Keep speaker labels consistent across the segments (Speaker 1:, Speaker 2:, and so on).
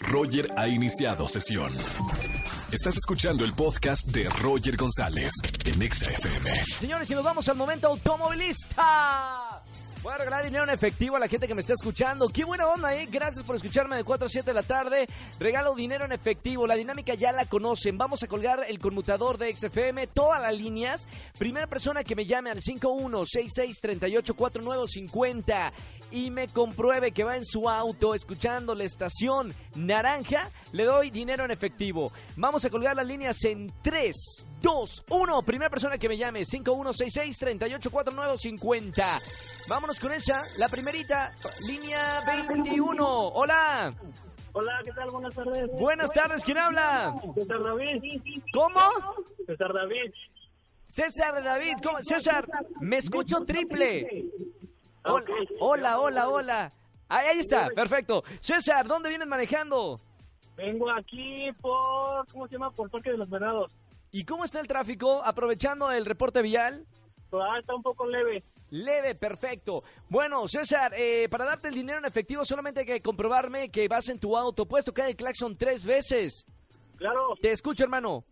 Speaker 1: Roger ha iniciado sesión. Estás escuchando el podcast de Roger González en Exa FM.
Speaker 2: Señores, y nos vamos al momento automovilista. Voy a regalar dinero en efectivo a la gente que me está escuchando. Qué buena onda, ¿eh? Gracias por escucharme de 4 a 7 de la tarde. Regalo dinero en efectivo. La dinámica ya la conocen. Vamos a colgar el conmutador de XFM, todas las líneas. Primera persona que me llame al 5166384950 y me compruebe que va en su auto escuchando la estación naranja, le doy dinero en efectivo. Vamos a colgar las líneas en 3, 2, 1. Primera persona que me llame, 5166-384950. Vámonos con ella, la primerita, línea 21. Hola.
Speaker 3: Hola, ¿qué tal? Buenas tardes.
Speaker 2: Buenas tardes, ¿quién habla?
Speaker 3: César David.
Speaker 2: ¿Cómo?
Speaker 3: César David.
Speaker 2: César David, ¿cómo? César, me escucho triple.
Speaker 3: Ah,
Speaker 2: Hola,
Speaker 3: ok.
Speaker 2: hola, hola, hola. Ahí ahí está, perfecto. César, ¿dónde vienes manejando?
Speaker 3: Vengo aquí por, ¿cómo se llama? Por Parque de los Venados.
Speaker 2: ¿Y cómo está el tráfico? Aprovechando el reporte vial.
Speaker 3: Todavía está un poco leve.
Speaker 2: Leve, perfecto. Bueno, César, eh, para darte el dinero en efectivo solamente hay que comprobarme que vas en tu auto. Puedes tocar el claxon tres veces.
Speaker 3: Claro,
Speaker 2: Te escucho, hermano.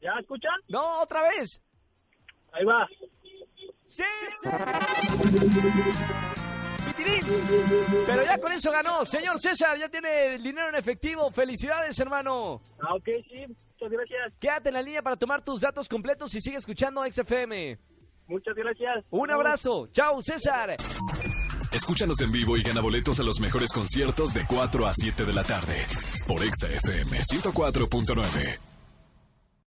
Speaker 3: ¿ya escuchan?
Speaker 2: No, otra vez.
Speaker 3: Ahí va.
Speaker 2: Sí, sí. Pitirín. Pero ya con eso ganó. Señor César, ya tiene el dinero en efectivo. Felicidades, hermano.
Speaker 3: Ah, ok, sí. Muchas gracias.
Speaker 2: Quédate en la línea para tomar tus datos completos y sigue escuchando XFM.
Speaker 3: Muchas gracias.
Speaker 2: Un abrazo. Chao, César.
Speaker 1: Escúchanos en vivo y gana boletos a los mejores conciertos de 4 a 7 de la tarde por Exa FM 104.9.